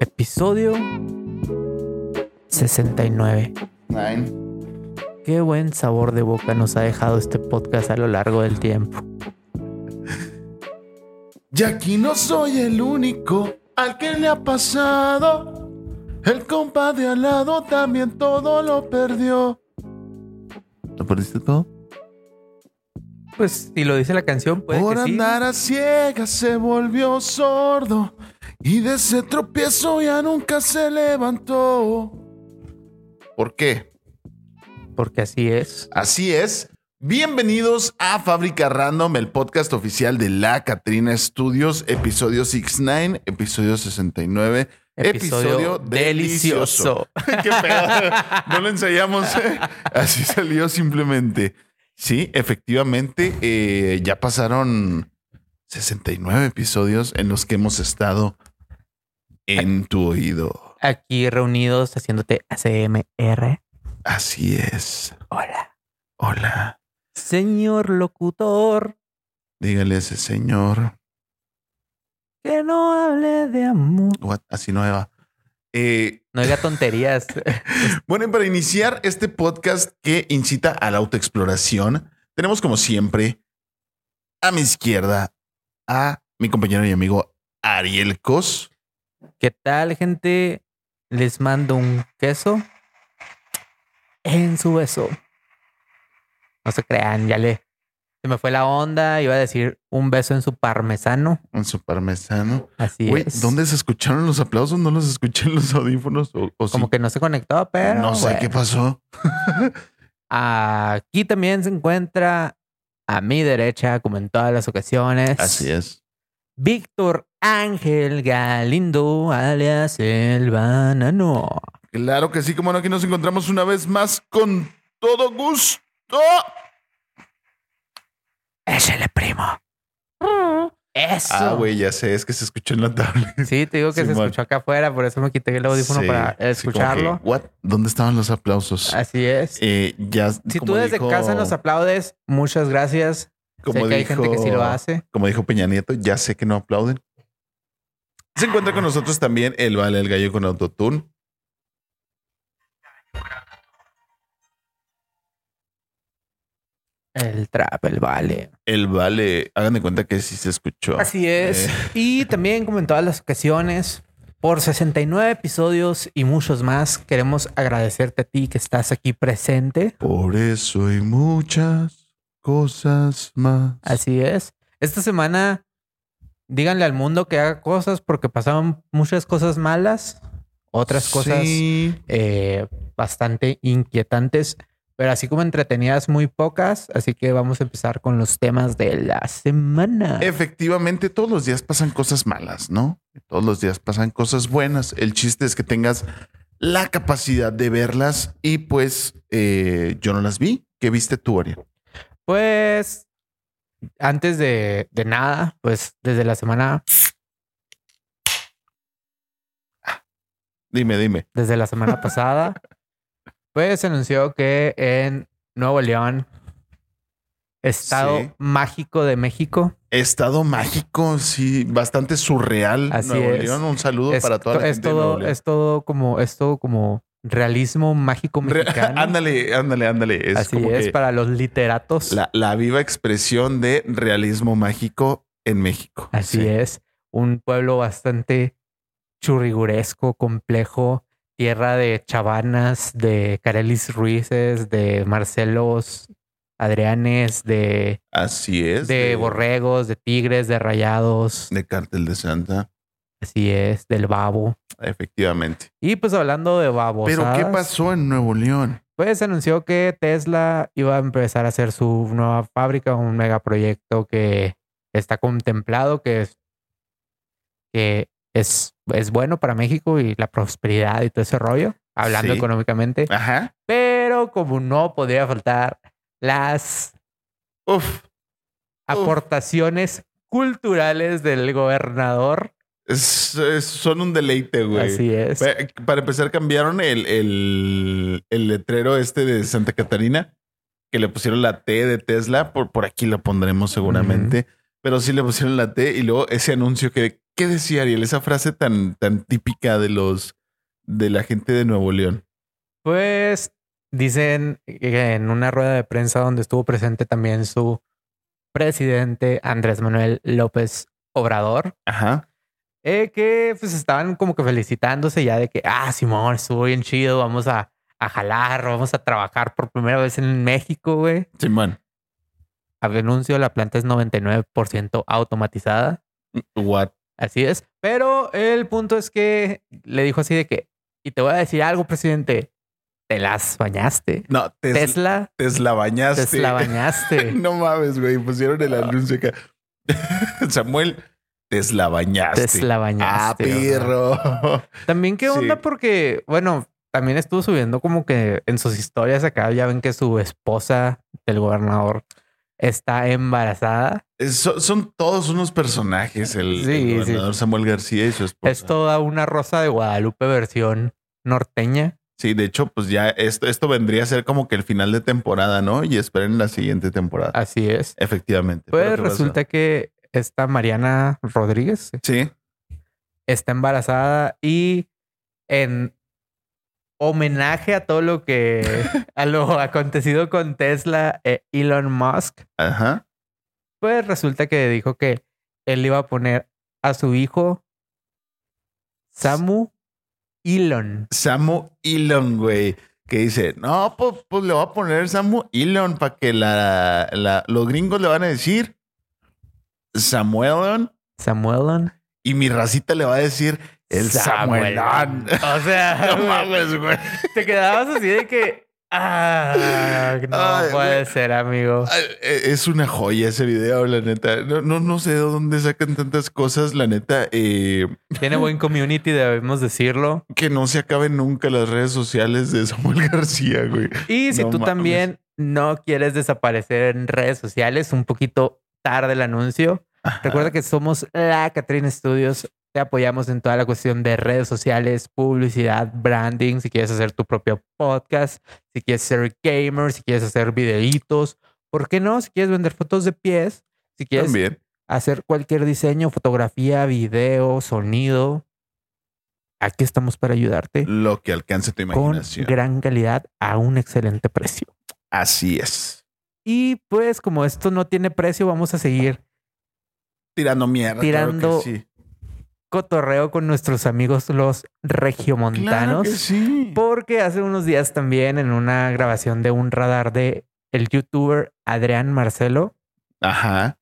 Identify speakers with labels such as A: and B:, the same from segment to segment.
A: episodio 69.
B: Nine.
A: Qué buen sabor de boca nos ha dejado este podcast a lo largo del tiempo.
B: Y aquí no soy el único al que le ha pasado. El compa de al lado también todo lo perdió. ¿Lo perdiste todo?
A: Pues si lo dice la canción, puede
B: Por
A: que sí.
B: andar a ciegas se volvió sordo. Y de ese tropiezo ya nunca se levantó. ¿Por qué?
A: Porque así es.
B: Así es. Bienvenidos a Fábrica Random, el podcast oficial de la Catrina Studios, episodio 69, episodio 69, episodio, delicioso. Qué pedo. No lo ensayamos. ¿eh? Así salió simplemente. Sí, efectivamente, eh, ya pasaron 69 episodios en los que hemos estado en tu oído.
A: Aquí reunidos haciéndote ACMR.
B: Así es.
A: Hola.
B: Hola.
A: Señor locutor,
B: Dígale a ese señor.
A: que no hable de amor.
B: What? Así nueva. Eh,
A: No diga tonterías.
B: Bueno, y para iniciar este podcast que incita a la autoexploración, tenemos como siempre a mi izquierda a mi compañero y amigo Ariel Cos.
A: ¿Qué tal, gente? Les mando un queso en su beso. No se crean, ya le. Se me fue la onda, iba a decir un beso en su parmesano.
B: En su parmesano.
A: Así
B: Güey,
A: es.
B: ¿dónde se escucharon los aplausos? ¿No los escuché en los audífonos? ¿O, o sí?
A: Como que no se conectó, pero.
B: no sé
A: bueno.
B: qué pasó.
A: Aquí también se encuentra a mi derecha, como en todas las ocasiones.
B: Así es.
A: Víctor Ángel Galindo, alias el banano.
B: Claro que sí, como no, aquí nos encontramos una vez más con todo gusto.
A: Es el primo. Eso.
B: Ah, güey, ya sé, es que se escuchó en la tablet.
A: Sí, te digo que se
B: Simón.
A: escuchó acá afuera, por eso me quité el audífono
B: Sí,
A: para
B: sí, como que,
A: escucharlo.
B: what? ¿Dónde estaban los aplausos?
A: Así es.
B: Eh, ya,
A: si tú
B: como
A: desde
B: dijo-
A: casa nos aplaudes, muchas gracias.
B: como
A: sé que hay
B: dijo-
A: gente que sí lo hace.
B: Como dijo Peña Nieto, ya sé que no aplauden. Se encuentra con nosotros también el Vale el Gallo con Autotune.
A: El trap, el vale.
B: El Vale, hagan de cuenta que sí se escuchó.
A: Así es.
B: Eh.
A: Y también, como en todas las ocasiones, por 69 episodios y muchos más, queremos agradecerte a ti que estás aquí presente.
B: Por eso hay muchas cosas más.
A: Así es. Esta semana, díganle al mundo que haga cosas porque pasaron muchas cosas malas, otras cosas
B: Sí.
A: eh, bastante inquietantes, pero así como entretenidas muy pocas, así que vamos a empezar con los temas de la semana.
B: Eh, Efectivamente, todos los días pasan cosas malas, ¿no? Todos los días pasan cosas buenas. El chiste es que tengas la capacidad de verlas y pues eh, yo no las vi. ¿Qué viste tú, Ariel?
A: Pues, antes de, de nada, pues desde la semana,
B: Dime, dime.
A: desde la semana pasada, pues se anunció que en Nuevo León, Estado
B: Sí.
A: Mágico de México,
B: Estado mágico, sí, bastante surreal.
A: Así
B: Nuevo
A: es.
B: León, un saludo
A: es,
B: para toda la
A: es
B: gente de Nuevo
A: todo,
B: León.
A: es todo como, es todo como realismo mágico
B: Re-
A: mexicano.
B: ándale, ándale, ándale. Es
A: Así
B: como
A: es,
B: que
A: para los literatos.
B: la, la viva expresión de realismo mágico en México.
A: Así
B: Sí.
A: es. Un pueblo bastante churriguresco, complejo, tierra de chavanas, de Carelis Ruizes, de Marcelos Adrianes, de,
B: Así es.
A: de borregos, de tigres, de rayados.
B: De Cártel de Santa,
A: Así es, del babo.
B: efectivamente.
A: Y pues hablando de babos.
B: Pero, ¿qué pasó en Nuevo León?
A: Pues se anunció que Tesla iba a empezar a hacer su nueva fábrica, un megaproyecto que está contemplado, que es, que es, es bueno para México y la prosperidad y todo ese rollo, hablando
B: Sí. Ah.
A: económicamente.
B: Ajá.
A: Pero como no podía faltar las
B: Uf.
A: aportaciones culturales del gobernador.
B: Es- es- son un deleite, güey.
A: Así es.
B: Pa- Para empezar, cambiaron el, el- el letrero este de Santa Catarina, que le pusieron la T de Tesla, por, por aquí la pondremos seguramente, pero sí le pusieron la T y luego ese anuncio que ¿Qué decía Ariel? Esa frase tan, tan típica de los de la gente de Nuevo León.
A: Pues dicen que en una rueda de prensa donde estuvo presente también su presidente Andrés Manuel López Obrador.
B: Ajá.
A: eh, que pues estaban como que felicitándose ya de que, ah, Simón, estuvo bien chido, vamos a, a jalar, vamos a trabajar por primera vez en México, güey.
B: Simón.
A: Anuncio, la planta es 99% automatizada.
B: What?
A: Así es. Pero el punto es que le dijo así de que, y te voy a decir algo, presidente, te las bañaste.
B: No, Tesla. Tesla,
A: Tesla,
B: bañaste.
A: te la bañaste.
B: no mames, güey. Pusieron el anuncio acá. Samuel, Tesla bañaste.
A: Tesla
B: Ah,
A: bañaste. o sea.
B: perro.
A: También qué onda
B: Sí.
A: porque, bueno, también estuvo subiendo como que en sus historias acá ya ven que su esposa del gobernador está embarazada.
B: Es- Son, Eh, son todos unos personajes, el,
A: Sí,
B: el
A: sí.
B: gobernador Samuel García y su esposa.
A: Es toda una rosa de Guadalupe versión norteña.
B: Sí, de hecho, pues ya esto, esto vendría a ser como que el final de temporada, ¿no? Y esperen la siguiente temporada.
A: Así es.
B: Efectivamente. ¿Pero
A: Pues
B: qué pasó?
A: resulta que esta Mariana Rodríguez
B: Sí,
A: está embarazada y en homenaje a todo lo que a lo acontecido con Tesla e Elon Musk,
B: ajá.
A: Pues resulta que dijo que él iba a poner a su hijo Samu Elon.
B: Samu Elon, güey. Que dice, no, pues, pues le voy a poner Samu Elon para que la, la- los gringos le van a decir Samuelon
A: Samuelon.
B: y mi racita le va a decir el Samuelón.
A: O sea,
B: No mames, güey.
A: te quedabas así de que. Ah, no
B: Ay,
A: puede
B: güey.
A: ser, amigo.
B: Ay, eh, Es una joya ese video, la neta. No, no, no sé de dónde sacan tantas cosas, la neta, eh,
A: Tiene buen community, debemos decirlo.
B: que no se acaben nunca las redes sociales de Samuel García, güey.
A: Y si
B: No
A: tú
B: mames.
A: también no quieres desaparecer en redes sociales, un poquito tarde el anuncio. Recuerda que somos la Catrina Studios. Te apoyamos en toda la cuestión de redes sociales, publicidad, branding. Si quieres hacer tu propio podcast, si quieres ser gamer, si quieres hacer videitos, ¿por qué no? Si quieres vender fotos de pies, si quieres
B: También.
A: hacer cualquier diseño, fotografía, video, sonido. Aquí estamos para ayudarte
B: Lo que alcance tu
A: con
B: imaginación.
A: gran calidad a un excelente precio.
B: Así es.
A: Y pues como esto no tiene precio, vamos a seguir
B: Tirando mierda. claro que
A: Tirando
B: sí.
A: cotorreo con nuestros amigos los
B: Claro
A: regiomontanos.
B: que sí.
A: Porque hace unos días también en una grabación de un radar de el youtuber Adrián Marcelo,
B: Ajá.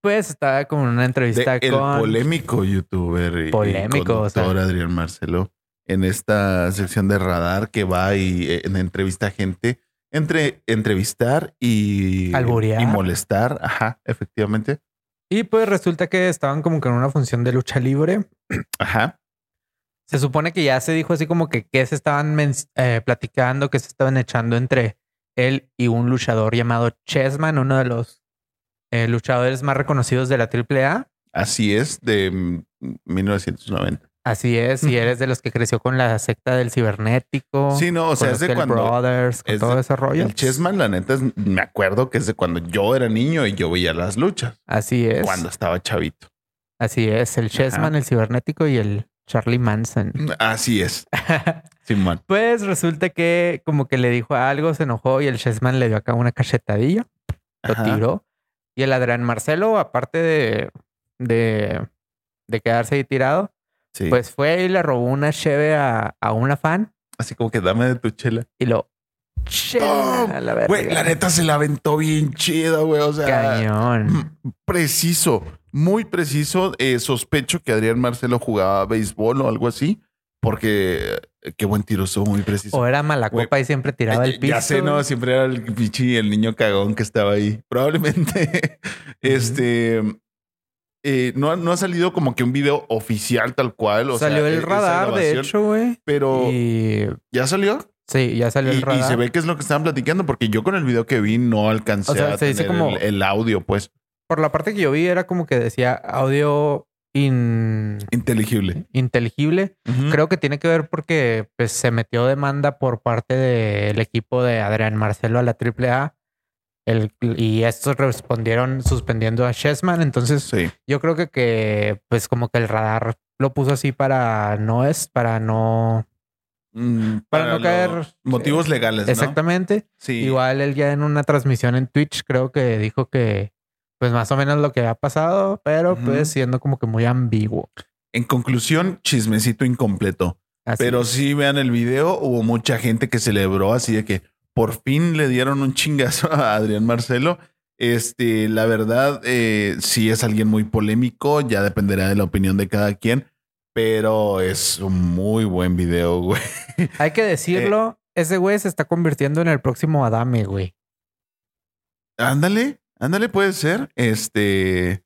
A: pues estaba con una
B: De
A: entrevista
B: el
A: con...
B: polémico youtuber y- y
A: Polémico, o sea.
B: conductor Adrián Marcelo en esta sección de radar que va y eh, en entrevista a gente entre entrevistar y
A: Alburear.
B: y molestar, ajá, efectivamente,
A: Y pues resulta que estaban como que en una función de lucha libre.
B: ajá,
A: Se supone que ya se dijo así como que qué se estaban men- eh, platicando, que se estaban echando entre él y un luchador llamado Chessman, uno de los eh, luchadores más reconocidos de la AAA.
B: así es de mm, 1990.
A: Así es, y eres de los que creció con la secta del cibernético.
B: Sí, no, o
A: con
B: sea,
A: los
B: es de
A: Hell
B: cuando
A: Brothers, con
B: es
A: todo
B: de-
A: ese rollo.
B: el Chessman, la neta, es- me acuerdo que es de cuando yo era niño y yo veía las luchas
A: Así es.
B: cuando estaba chavito.
A: Así es, el Chessman, el cibernético y el Charlie Manson.
B: Así es, Simón.
A: pues resulta que como que le dijo algo, se enojó y el Chessman le dio acá una cachetadilla, lo
B: Ajá.
A: tiró. Y el Adrián Marcelo, aparte de, de, de quedarse ahí tirado,
B: Sí.
A: pues fue y le robó una cheve a, a una fan
B: así como que dame de tu chela.
A: y lo... Chela,
B: ¡Oh!
A: a la verga.
B: Güey, la neta se la aventó bien chida, güey. O sea,
A: Cañón.
B: mm, preciso, muy preciso. Eh, sospecho que Adrián Marcelo jugaba béisbol o algo así, porque eh, qué buen tiro estuvo, muy preciso.
A: O era mala
B: Güey,
A: copa y siempre tiraba
B: Eh,
A: el piso.
B: Ya sé, no, siempre era el pichi, el niño cagón que estaba ahí. Probablemente, este, eh, no, ha- no ha salido como que un video oficial tal cual. O
A: salió
B: sea, e-,
A: el
B: esa
A: radar, de
B: grabación,
A: hecho, güey.
B: Pero
A: Y
B: ya salió.
A: sí, ya salió
B: Y,
A: el
B: y
A: radar.
B: se ve que es lo que estaban platicando, porque yo con el video que vi no alcancé
A: O sea,
B: a
A: se dice
B: tener
A: como-
B: el, el audio, pues,
A: Por la parte que yo vi era como que decía audio in-
B: inteligible.
A: inteligible.
B: Ujú.
A: Creo que tiene que ver porque pues, se metió demanda por parte del equipo de Adrián Marcelo a la AAA El, y estos respondieron suspendiendo a Chessman. Entonces,
B: Sí.
A: yo creo que, que, pues, como que el radar lo puso así para no es, para no.
B: Mm,
A: Para no
B: los
A: caer- eh,
B: Motivos legales, ¿no?
A: Exactamente.
B: Sí.
A: Igual él ya en una transmisión en Twitch creo que dijo que pues más o menos lo que ha pasado, pero
B: Ujú.
A: pues siendo como que muy ambiguo.
B: En conclusión, chismecito incompleto.
A: Así.
B: Pero sí vean el video, hubo mucha gente que celebró, así de que por fin le dieron un chingazo a Adrián Marcelo. Este, la verdad, eh, sí es alguien muy polémico, ya dependerá de la opinión de cada quien, pero es un muy buen video, güey.
A: hay que decirlo,
B: eh,
A: ese güey se está convirtiendo en el próximo Adame, güey.
B: Ándale, ándale, puede ser. Este,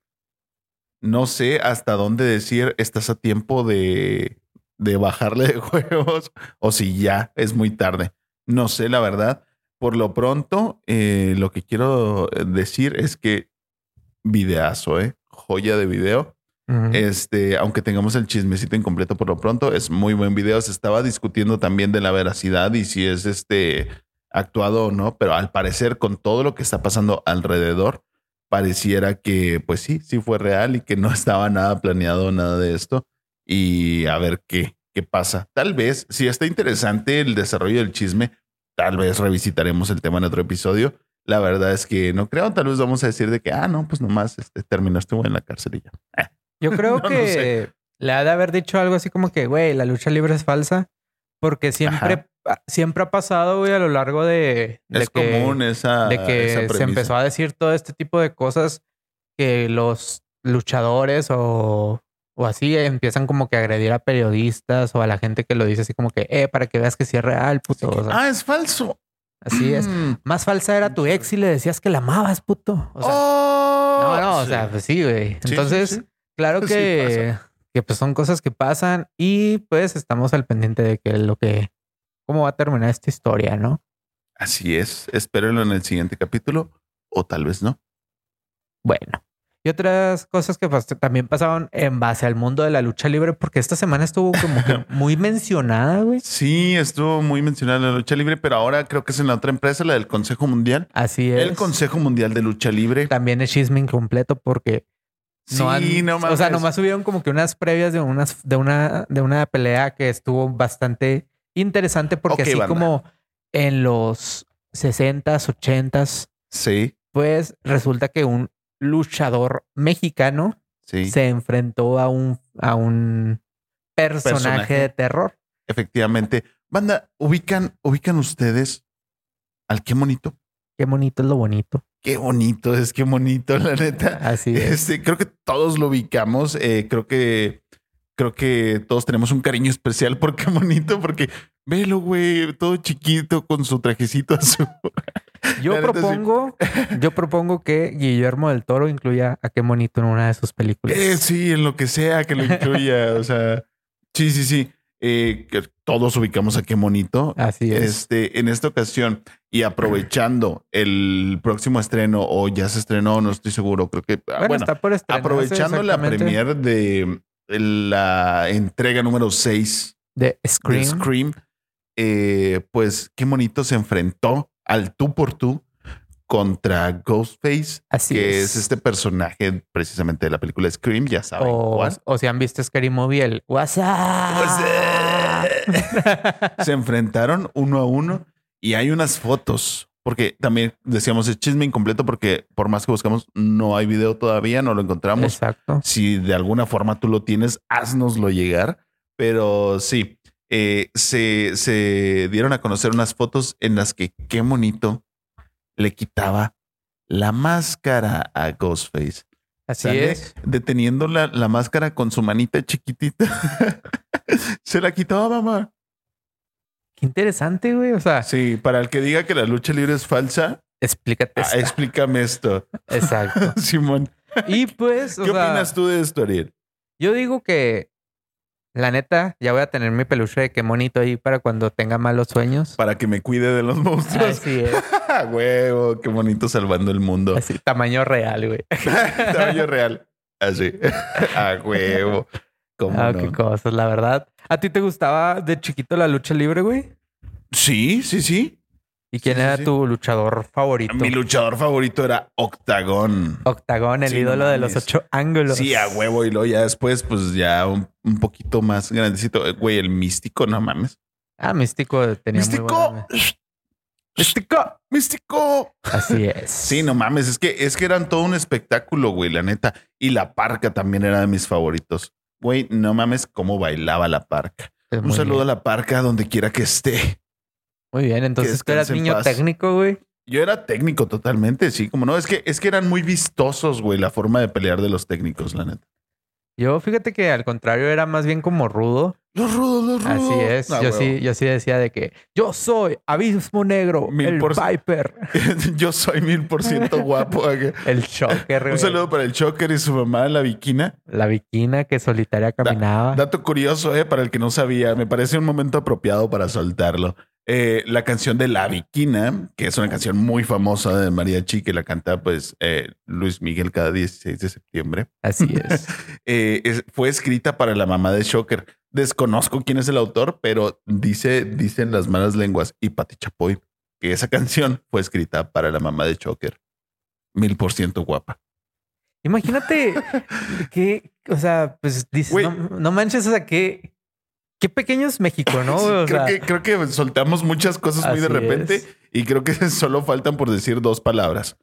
B: no sé hasta dónde decir, estás a tiempo de, de bajarle de juegos o si ya es muy tarde. No sé, la verdad. Por lo pronto, eh, lo que quiero eh, decir es que videazo, ¿eh? Joya de video.
A: Ujú.
B: Este, aunque tengamos el chismecito incompleto por lo pronto, es muy buen video. Se estaba discutiendo también de la veracidad y si es este actuado o no, pero al parecer con todo lo que está pasando alrededor, pareciera que pues sí, sí fue real y que no estaba nada planeado nada de esto y a ver qué qué pasa. Tal vez si está interesante el desarrollo del chisme, tal vez revisitaremos el tema en otro episodio. La verdad es que no creo, tal vez vamos a decir de que ah, no, pues nomás este terminaste en la cárcel y ya.
A: Yo creo
B: no, no
A: que
B: sé.
A: le ha de haber dicho algo así como que, güey, la lucha libre es falsa, porque siempre, siempre ha pasado, güey, a lo largo de... de
B: es común esa.
A: de que
B: Ah, esa
A: se empezó
B: premisa.
A: a decir todo este tipo de cosas que los luchadores o, o así empiezan como que a agredir a periodistas o a la gente que lo dice así como que, eh, para que veas que sí es real, puto. O sea,
B: Ah, es falso.
A: así es.
B: Mm.
A: Más falsa era tu ex y le decías que la amabas, puto. O sea,
B: Oh,
A: no, no, o
B: sí.
A: sea, pues sí, güey.
B: sí,
A: Entonces,
B: sí.
A: claro
B: Sí
A: que, que pues son cosas que pasan y pues estamos al pendiente de que lo que, cómo va a terminar esta historia, ¿no?
B: Así es. Espérenlo en el siguiente capítulo o tal vez no.
A: Bueno, y otras cosas que pas- también pasaron en base al mundo de la lucha libre, porque esta semana estuvo como que muy mencionada, güey.
B: Sí, estuvo muy mencionada la lucha libre, pero ahora creo que es en la otra empresa, la del Consejo Mundial.
A: Así es.
B: El Consejo Mundial de Lucha Libre.
A: También es chisme incompleto porque
B: sí,
A: no han-
B: no mames.
A: o sea, nomás subieron como que unas previas de unas de una de una pelea que estuvo bastante interesante porque
B: Ok,
A: así
B: banda.
A: como en los 60s, 80s,
B: Sí,
A: pues resulta que un luchador mexicano
B: sí.
A: se enfrentó a un a un personaje
B: Personaje.
A: de terror.
B: Efectivamente. Banda, ubican, ubican ustedes al qué bonito.
A: Qué bonito es lo bonito.
B: Qué bonito es, qué bonito, la neta.
A: Así es.
B: Este, creo que todos lo ubicamos. eh, creo que creo que todos tenemos un cariño especial por qué bonito, porque velo, güey, todo chiquito con su trajecito azul.
A: Yo
B: La neta, sí.
A: propongo, yo propongo que Guillermo del Toro incluya a qué bonito en una de sus películas.
B: Eh, sí, en lo que sea que lo incluya. o sea, sí, sí, sí. Eh, que todos ubicamos a qué bonito.
A: Así es.
B: Este, en esta ocasión y aprovechando el próximo estreno o ya se estrenó, no estoy seguro, creo que ah,
A: bueno, está por estrenarse
B: aprovechando la
A: exactamente
B: premier de la entrega número 6
A: de
B: de
A: Scream.
B: Scream, eh, pues qué bonito se enfrentó al tú por tú contra Ghostface,
A: Así
B: que
A: es.
B: es. este personaje precisamente de la película Scream, ya saben
A: o,
B: cuál.
A: o si han visto Scary Movie, el Pues, WhatsApp.
B: se enfrentaron uno a uno y hay unas fotos. Porque también decíamos es chisme incompleto porque por más que buscamos no hay video todavía, no lo encontramos.
A: Exacto.
B: Si de alguna forma tú lo tienes, haznoslo llegar. Pero sí, eh, se, se dieron a conocer unas fotos en las que qué monito le quitaba la máscara a Ghostface.
A: Así
B: Sale
A: es.
B: Deteniendo la, la máscara con su manita chiquitita. se la quitaba, mamá.
A: Qué interesante, güey. O sea,
B: Sí, para el que diga que la lucha libre es falsa,
A: explícate.
B: ah,
A: esta.
B: explícame esto,
A: Exacto.
B: Simón.
A: Y pues, o
B: ¿Qué
A: sea,
B: opinas tú de esto, Ariel?
A: Yo digo que la neta, ya voy a tener mi peluche de qué bonito ahí para cuando tenga malos sueños.
B: Para que me cuide de los monstruos.
A: Así es.
B: Ah, huevo, qué bonito salvando el mundo.
A: Así, tamaño real, güey.
B: Tamaño real. Así. A huevo. ¿Cómo
A: Ah,
B: no?
A: qué cosas, la verdad. ¿A ti te gustaba de chiquito la lucha libre, güey?
B: Sí, sí, sí.
A: ¿Y quién
B: Sí, sí,
A: era
B: sí.
A: tu luchador favorito?
B: Mi luchador favorito era Octagón.
A: Octagón, el
B: Sí, no
A: ídolo de los
B: mames.
A: ocho ángulos.
B: Sí, a huevo. Y luego ya después, pues ya un, un poquito más grandecito. Eh, Güey, el místico, no mames.
A: Ah, Místico tenía muy
B: Místico.
A: buena- Místico.
B: Místico.
A: Así es.
B: Sí, no mames. Es que, es que eran todo un espectáculo, güey, la neta. Y la parca también era de mis favoritos. Güey, no mames cómo bailaba la parca.
A: Pues
B: Un
A: muy
B: saludo
A: bien.
B: a la parca donde quiera que esté.
A: Muy bien, entonces tú eras
B: descanse en
A: niño
B: paz.
A: técnico, güey.
B: Yo era técnico totalmente, sí, como no, es que, es que eran muy vistosos, güey, la forma de pelear de los técnicos, la neta.
A: Yo fíjate que al contrario era más bien como rudo.
B: Los rudos, los rudos.
A: Así es.
B: Ah,
A: yo
B: huevo.
A: sí, yo sí decía de que yo soy Abismo Negro,
B: Mil
A: el
B: por-
A: Viper,
B: yo soy mil por ciento guapo. acá.
A: el Shocker, güey,
B: Un saludo para el Choker y su mamá, la Viquina.
A: la viquina que solitaria caminaba.
B: Dato curioso, eh, para el que no sabía, me parece un momento apropiado para soltarlo. Eh, la canción de La Viquina, que es una canción muy famosa de Mariachi, que la canta pues eh, Luis Miguel cada 16 de septiembre.
A: Así es.
B: eh, es- fue escrita para la mamá de Shocker. Desconozco quién es el autor, pero dice, dicen las malas lenguas y Pati Chapoy que esa canción fue escrita para la mamá de Shocker. Mil por ciento guapa.
A: Imagínate que, o sea, pues dices,
B: Güey.
A: no, no manches, o sea, que qué pequeños México, ¿no? güey? O sea,
B: creo, que, creo que soltamos muchas cosas muy de
A: así
B: repente
A: es.
B: y creo que solo faltan por decir dos palabras.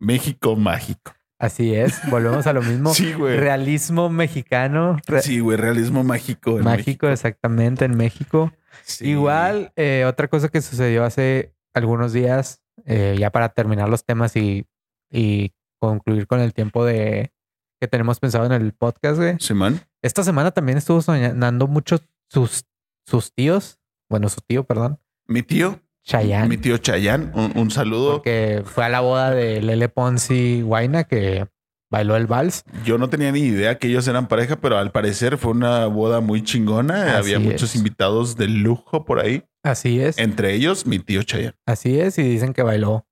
B: México mágico.
A: Así es. Volvemos a lo mismo.
B: Sí, güey.
A: Realismo mexicano. re-
B: Sí, güey, realismo mágico. en
A: mágico, exactamente, en México.
B: México. Sí.
A: Igual, eh, otra cosa que sucedió hace algunos días, eh, ya para terminar los temas y, y concluir con el tiempo de que tenemos pensado en el podcast, güey.
B: Simón.
A: Esta semana también estuvo soñando mucho sus, sus tíos, bueno, su tío, perdón,
B: Mi tío, mi
A: Chayanne,
B: tío Chayán, un, un saludo.
A: porque fue a la boda de Lele Ponzi Guaina que bailó el vals.
B: Yo no tenía ni idea que ellos eran pareja, pero al parecer fue una boda muy chingona.
A: Así
B: Había muchos
A: es.
B: invitados de lujo por ahí.
A: Así es,
B: Entre ellos, mi tío Chayanne.
A: así es, y dicen que bailó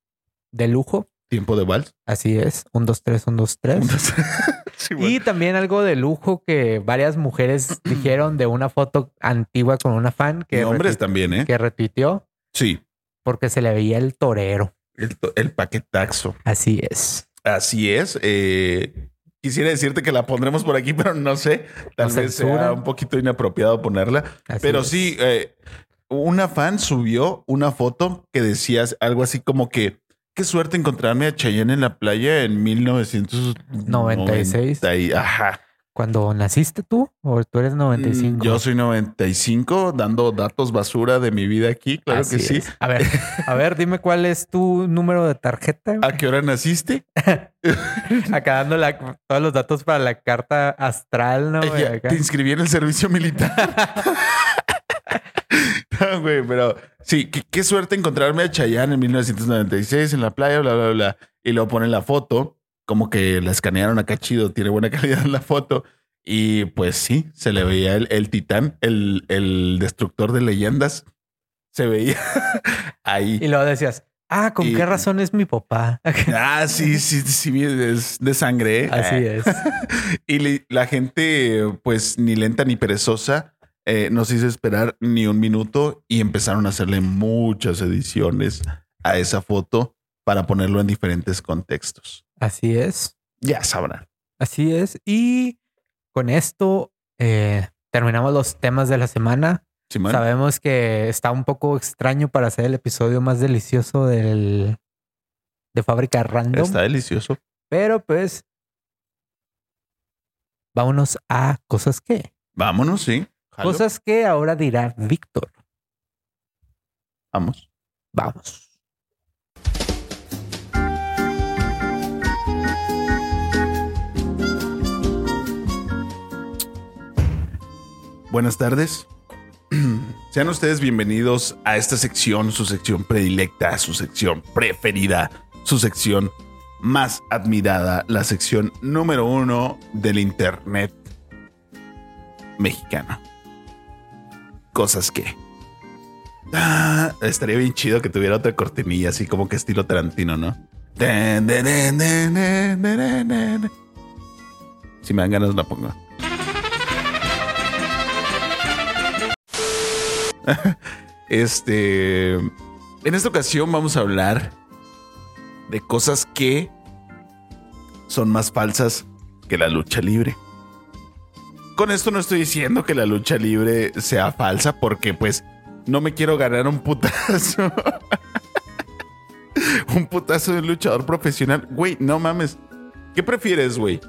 A: de lujo.
B: Tiempo de vals.
A: Así es, un, dos, tres, un, dos, tres.
B: Sí, güey.
A: Y también algo de lujo que varias mujeres dijeron de una foto antigua con una fan
B: Y
A: que,
B: hombres
A: retuit-
B: también, ¿eh?
A: que retuiteó
B: Sí.
A: porque se le veía el torero.
B: El, to- el paquetaxo.
A: Así es.
B: Así es. eh, quisiera decirte que la pondremos por aquí, pero no sé. Tal
A: Nos
B: vez sea
A: censuran.
B: un poquito inapropiado ponerla.
A: Así
B: Pero
A: es.
B: sí, eh, una fan subió una foto que decía algo así como que qué suerte encontrarme a Chayanne en la playa en 1996.
A: 96.
B: y- Ajá.
A: Cuando naciste tú o tú eres 95.
B: Mm, Yo soy 95 dando datos basura de mi vida aquí, claro
A: Así
B: que sí.
A: es. A ver, a ver, dime cuál es tu número de tarjeta.
B: ¿A qué hora naciste?
A: Acá dando la- todos los datos para la carta astral, ¿no? güey?
B: Ya,
A: Acá.
B: Te inscribí en el servicio militar. No, güey, pero sí, qué, qué suerte encontrarme a Chayanne en 1996 en la playa, bla, bla, bla. Y luego ponen la foto, como que la escanearon acá chido, tiene buena calidad la foto. Y pues sí, se le veía el, el titán, el, el destructor de leyendas. Se veía
A: Y
B: ahí.
A: luego decías, ah, ¿con
B: Y-
A: qué razón es mi papá?
B: Ah, sí, sí, sí, es de sangre. ¿eh?
A: Así es.
B: Y le- la gente, pues ni lenta ni perezosa, eh, nos hizo esperar ni un minuto y empezaron a hacerle muchas ediciones a esa foto para ponerlo en diferentes contextos.
A: Así es.
B: Ya sabrán.
A: Así es. Y con esto eh, terminamos los temas de la semana.
B: Simón.
A: Sabemos que está un poco extraño para hacer el episodio más delicioso del de fábrica random.
B: Está delicioso.
A: Pero pues vámonos a cosas que.
B: Vámonos, sí. Jalo.
A: Cosas que ahora dirá Víctor.
B: Vamos.
A: Vamos.
B: Buenas tardes. Sean ustedes bienvenidos a esta sección, su sección predilecta, su sección preferida, su sección más admirada, la sección número uno del Internet mexicano. Cosas que... Ah, estaría bien chido que tuviera otra cortinilla, así como que estilo Tarantino, ¿no? Si me dan ganas la pongo. Este. En esta ocasión vamos a hablar de cosas que son más falsas que la lucha libre. Con esto no estoy diciendo que la lucha libre sea falsa porque pues no me quiero ganar un putazo. un putazo de luchador profesional. Güey, no mames. ¿Qué prefieres, güey?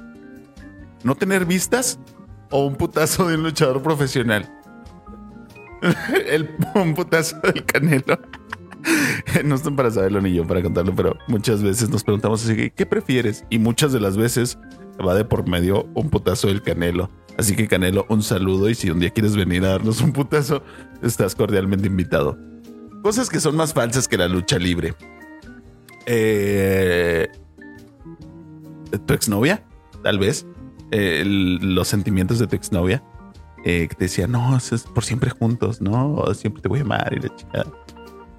B: ¿No tener vistas o un putazo de un luchador profesional? El, un putazo del canelo. No están para saberlo ni yo para contarlo, pero muchas veces nos preguntamos así ¿qué prefieres? Y muchas de las veces va de por medio un putazo del canelo. Así que Canelo, un saludo y si un día quieres venir a darnos un putazo, estás cordialmente invitado. Cosas que son más falsas que la lucha libre. Eh, tu exnovia, tal vez. Eh, el, los sentimientos de tu exnovia. Eh, que te decía, no, eso es por siempre juntos, ¿no? Siempre te voy a amar y la chica.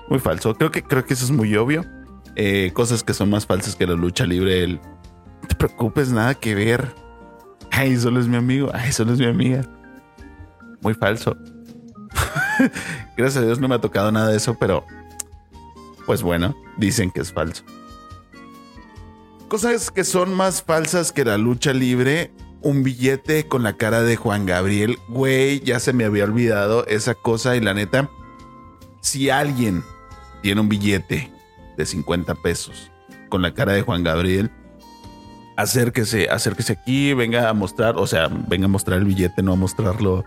B: Muy falso. Creo que, creo que eso es muy obvio. Eh, cosas que son más falsas que la lucha libre. El, no te preocupes, nada que ver. Ay, solo es mi amigo. Ay, solo es mi amiga. Muy falso. Gracias a Dios no me ha tocado nada de eso, pero pues bueno, dicen que es falso cosas que son más falsas que la lucha libre. Un billete con la cara de Juan Gabriel. Güey, ya se me había olvidado esa cosa y la neta, si alguien tiene un billete de 50 pesos con la cara de Juan Gabriel, acérquese, acérquese aquí, venga a mostrar, o sea, venga a mostrar el billete, no a mostrarlo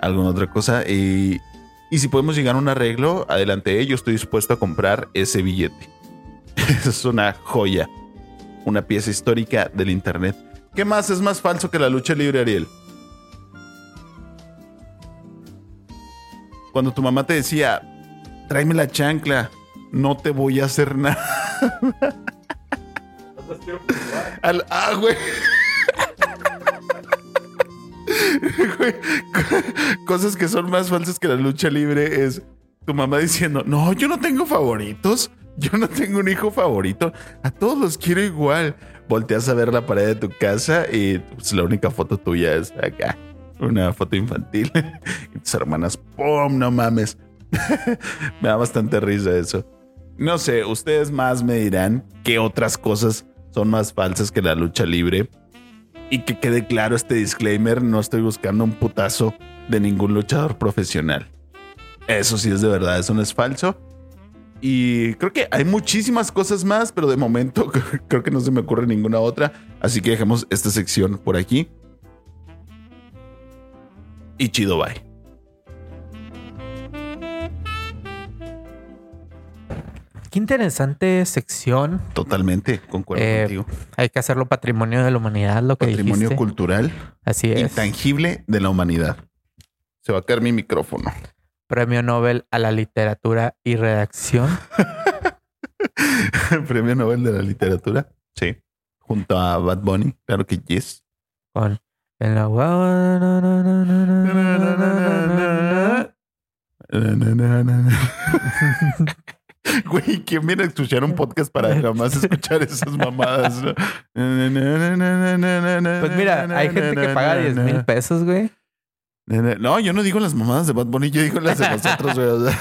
B: alguna otra cosa. Y, y si podemos llegar a un arreglo, adelante, yo estoy dispuesto a comprar ese billete. es una joya una pieza histórica del Internet. ¿Qué más es más falso que la lucha libre, Ariel? Cuando tu mamá te decía, tráeme la chancla, no te voy a hacer nada. Al, ah, güey. güey. Cosas que son más falsas que la lucha libre es tu mamá diciendo, no, yo no tengo favoritos. Yo no tengo un hijo favorito. A todos los quiero igual. Volteas a ver la pared de tu casa y pues, la única foto tuya es acá. Una foto infantil. y tus hermanas, ¡pum! No mames. me da bastante risa eso. No sé, ustedes más me dirán qué otras cosas son más falsas que la lucha libre. Y que quede claro este disclaimer, no estoy buscando un putazo de ningún luchador profesional. Eso sí es de verdad, eso no es falso. Y creo que hay muchísimas cosas más, pero de momento creo que no se me ocurre ninguna otra. Así que dejemos esta sección por aquí. Y chido, bye.
A: Qué interesante sección.
B: Totalmente, concuerdo
A: Eh,
B: contigo.
A: Hay que hacerlo patrimonio de la humanidad, lo que
B: Patrimonio
A: dijiste.
B: cultural
A: Así es.
B: intangible de la humanidad. Se va a caer mi micrófono.
A: Premio Nobel a la literatura y redacción.
B: Premio Nobel de la literatura. Sí. Junto a Bad Bunny. Claro que yes.
A: con en la guagua, na, na, na, na, na, na, na, na, na, na.
B: Güey, ¿quién viene a escuchar un podcast para jamás escuchar esas mamadas? no? Pues
A: Pues mira, hay gente que paga 10 mil pesos, güey.
B: No, yo no digo las mamadas de Bad Bunny, yo digo las de nosotros, güey. o sea.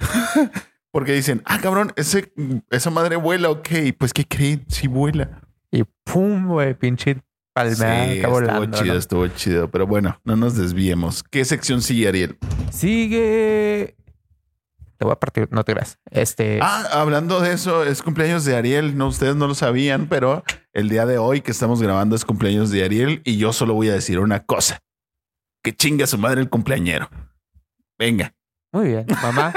B: Porque dicen, ah, cabrón, ese, esa madre vuela, ok. Pues, ¿qué creen? Sí vuela.
A: Y pum, güey, pinche palmea
B: Sí,
A: acá
B: estuvo
A: Pues, volando.
B: chido,
A: ¿no?
B: estuvo chido. Pero bueno, no nos desviemos. ¿Qué sección sigue, Ariel?
A: Sigue. Te voy a partir, no te creas. Este.
B: Ah, hablando de eso, es cumpleaños de Ariel. No, ustedes no lo sabían, pero el día de hoy que estamos grabando es cumpleaños de Ariel y yo solo voy a decir una cosa. Que chinga su madre el cumpleañero. Venga.
A: Muy bien, mamá.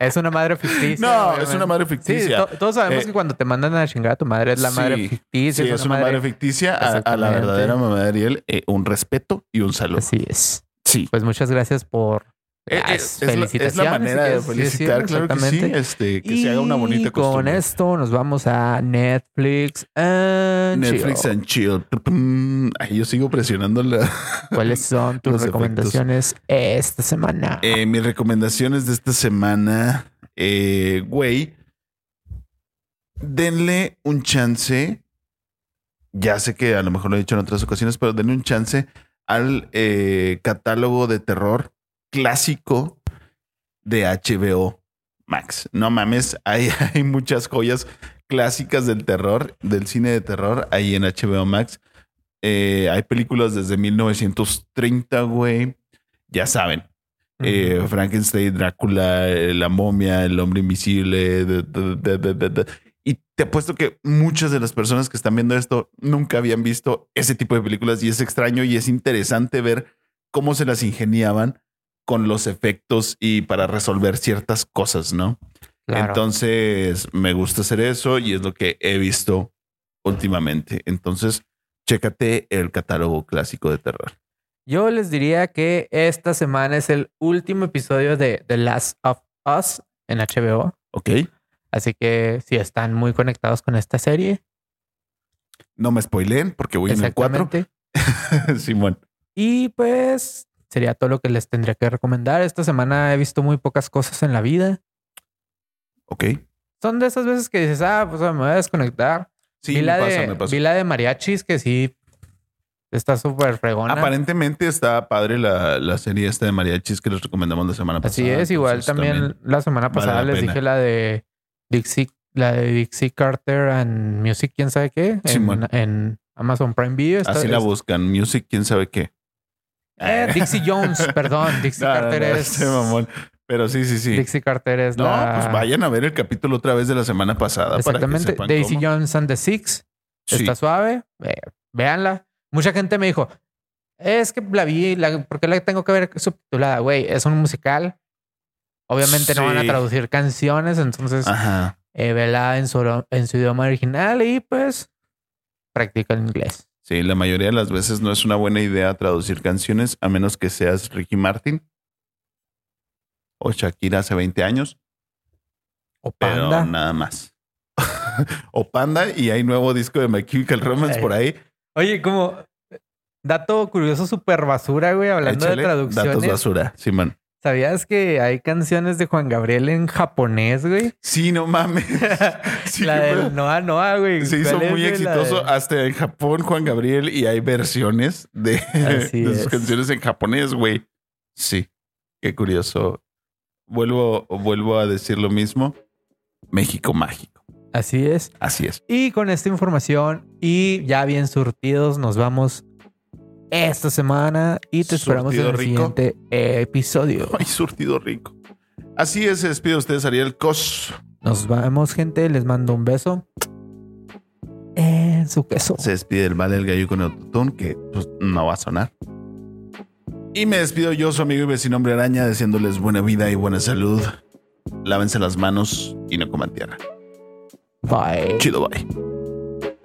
A: es una madre ficticia.
B: no, es
A: obviamente.
B: una madre
A: Sí,
B: ficticia.
A: to- todos sabemos
B: Eh,
A: que cuando te mandan a chingar a tu madre es la
B: sí,
A: madre ficticia.
B: Sí, es una madre ficticia. A, a la
A: Exactamente.
B: verdadera mamá de Ariel, eh, un respeto y un saludo.
A: Así es.
B: Sí.
A: Pues muchas gracias por
B: Eh, eh,
A: las
B: es, la, es la
A: felicitaciones.
B: manera de
A: sí, sí,
B: felicitar, claro que sí.
A: exactamente.
B: Este, que se haga una
A: Y
B: bonita
A: con
B: costumbre.
A: esto nos vamos a Netflix and
B: Netflix
A: chill.
B: and chill. Tutum. Ay, yo sigo presionando la.
A: ¿Cuáles son tus
B: Los efectos.
A: recomendaciones esta semana?
B: Eh, mis recomendaciones de esta semana, eh, güey. Denle un chance. Ya sé que a lo mejor lo he dicho en otras ocasiones, pero denle un chance al eh, catálogo de terror clásico de HBO. Max. No mames, hay, hay muchas joyas clásicas del terror, del cine de terror, ahí en HBO Max. Eh, hay películas desde 1930, güey. Ya saben. Uh -huh. eh, Frankenstein, Drácula, eh, La momia, El hombre invisible. Da, da, da, y te apuesto que muchas de las personas que están viendo esto nunca habían visto ese tipo de películas y es extraño y es interesante ver cómo se las ingeniaban con los efectos y para resolver ciertas cosas, ¿no? Claro. Entonces, me gusta hacer eso y es lo que he visto últimamente. Entonces, chécate el catálogo clásico de terror.
A: Yo les diría que esta semana es el último episodio de The Last of Us en HBO.
B: Ok.
A: Así que si están muy conectados con esta serie.
B: No me spoileen porque voy en el 4. Simón.
A: Y pues sería todo lo que les tendría que recomendar. Esta semana he visto muy pocas cosas en la vida.
B: Ok.
A: Son de esas veces que dices, ah, pues me voy a desconectar.
B: Sí,
A: vi, la
B: me pasa,
A: de,
B: me pasa.
A: vi la de mariachis que sí está súper fregona.
B: Aparentemente está padre la, la, serie esta de mariachis que les recomendamos la semana pasada.
A: Así es, igual
B: Entonces,
A: también, la semana
B: vale
A: pasada
B: la
A: les
B: pena.
A: dije la de Dixie, la de Dixie Carter and Music, quién sabe qué, en,
B: Simón.
A: en Amazon Prime Video. Está-
B: Así la
A: es-
B: buscan. Music, quién sabe qué.
A: Eh, Dixie Jones, perdón, Dixie
B: No, no,
A: Carter
B: no,
A: es
B: este mamón. Pero sí, sí, sí.
A: Dixie Carter es
B: No,
A: la
B: pues vayan a ver el capítulo otra vez de la semana pasada para que
A: Exactamente.
B: sepan
A: Daisy
B: cómo.
A: Jones and the Six.
B: Sí.
A: Está suave. eh, véanla. Mucha gente me dijo, es que la vi, la, ¿por qué la tengo que ver subtitulada? Güey, es un musical. Obviamente no van a
B: Sí. Ah.
A: traducir canciones, entonces
B: Ajá.
A: eh, vela en su, en su idioma original y pues practica el inglés.
B: Sí, la mayoría de las veces no es una buena idea traducir canciones a menos que seas Ricky Martin o Shakira hace 20 años,
A: O
B: pero
A: panda.
B: nada más. o Panda y hay nuevo disco de My Chemical Romance
A: Eh,
B: por ahí.
A: Oye, como dato curioso, super basura, güey, hablando
B: Échale
A: de
B: datos
A: traducciones.
B: basura, Simón.
A: ¿Sabías que hay canciones de Juan Gabriel en japonés, güey?
B: Sí, no mames. Sí,
A: la
B: güey.
A: del Noa Noa, güey.
B: Se hizo
A: ¿Cuál es,
B: muy
A: güey? La
B: exitoso
A: de-
B: hasta en Japón, Juan Gabriel, y hay versiones de,
A: Así
B: de
A: es.
B: sus canciones en japonés, güey. Sí, qué curioso. Vuelvo, vuelvo a decir lo mismo. México mágico.
A: Así es.
B: Así es.
A: Y con esta información y ya bien surtidos, nos vamos esta semana y te esperamos en
B: Surtido
A: el
B: rico.
A: siguiente episodio.
B: Ay, surtido rico. Así es, se despide ustedes, Ariel Cos.
A: Nos vemos, gente. Les mando un beso en su queso.
B: Se despide el vale el gallo con el tutón, que pues, no va a sonar. Y me despido yo, su amigo y vecino hombre araña, deseándoles buena vida y buena salud. Lávense las manos y no coman tierra.
A: Bye.
B: Chido, bye.